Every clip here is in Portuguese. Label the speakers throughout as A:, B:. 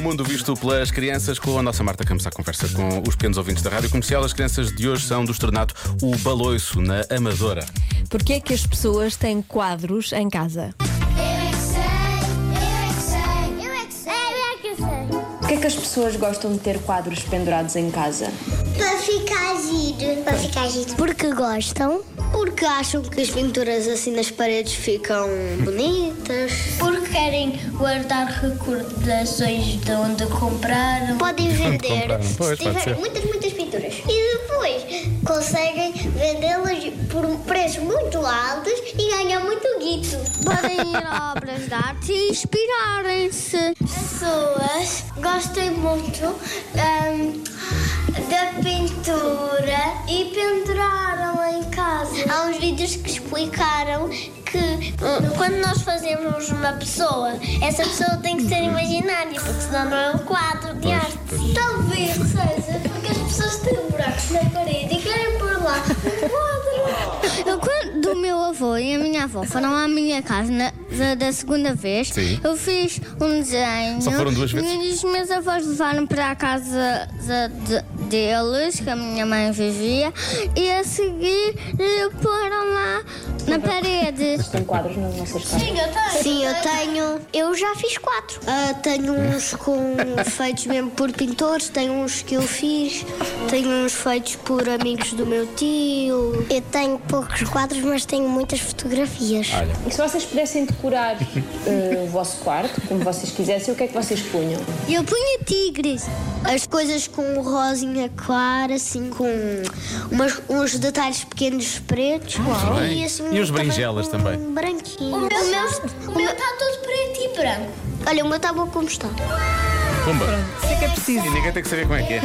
A: mundo visto pelas crianças com a nossa Marta Campos à conversa com os pequenos ouvintes da Rádio Comercial. As crianças de hoje são do externato O Baloiço, na Amadora.
B: Porquê é que as pessoas têm quadros em casa?
C: Eu é que sei, eu é que sei, eu é que sei, eu é que sei.
D: Porquê é que as pessoas gostam de ter quadros pendurados em casa?
C: Para ficar giro. Para ficar giro. Porque gostam. Porque acham que as pinturas assim nas paredes ficam bonitas. Porque querem guardar recordações de onde compraram. Podem vender.
A: compraram, pois, pode
C: Se tiverem
A: ser.
C: muitas, muitas pinturas. E depois conseguem vendê-las por preços muito altos e ganhar muito guito. Podem ir a obras de arte e inspirarem-se. As pessoas gostam muito hum, da pintura e penduraram em casa. Há uns vídeos que explicaram que hum, quando nós fazemos uma pessoa, essa pessoa tem que ser imaginária, porque senão não é um quadro de arte. Talvez seja porque as pessoas têm buracos na parede e querem pôr lá um quadro.
E: Eu, quando o meu avô e a minha avó foram à minha casa na- da, da segunda vez,
A: Sim.
E: eu fiz um desenho.
A: Só foram duas vezes?
E: E os meus avós levaram para a casa de- de- deles, que a minha mãe vivia, e a seguir eh, foram lá na parede.
D: Tem quadros nas nossas casas.
C: Sim, eu tenho.
F: Sim, eu tenho. Eu já fiz quatro. Ah, tenho uns com feitos mesmo por pintores, tenho uns que eu fiz, tenho uns feitos por amigos do meu tio.
C: Eu tenho poucos quadros, mas tenho muitas fotografias.
A: Olha,
D: E se vocês pudessem decorar eh, o vosso quarto, como vocês quisessem, o que é que vocês punham?
E: Eu punha tigres.
F: As coisas com rosinha clara, assim, com umas- uns detalhes pequenos pretos. assim,
A: muito bem. E os
F: também
A: berinjelas
F: com
A: também.
C: O
F: Branquinho.
C: meu está todo preto e branco.
F: Olha, o meu está bom como está.
A: pumba.
B: Isso é que é preciso.
A: E ninguém tem que saber como é que é.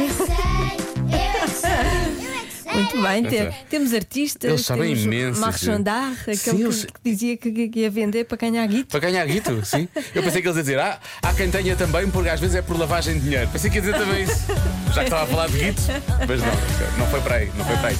B: Muito bem, tem-
A: Essa-
B: temos artistas,
A: Eles sabem
B: temos
A: imenso,
B: Marchandar, aquele
A: sim. Sim,
B: que,
A: eles-
B: que dizia que, que ia vender para ganhar guito.
A: Para ganhar guito, sim. Eu pensei que eles iam dizer, ah, há quem tenha também, porque às vezes é por lavagem
B: Ah, então.
A: de dinheiro. Pensei que ia dizer também isso. Já que estava a falar de guito, mas não, não foi para aí, não foi para aí.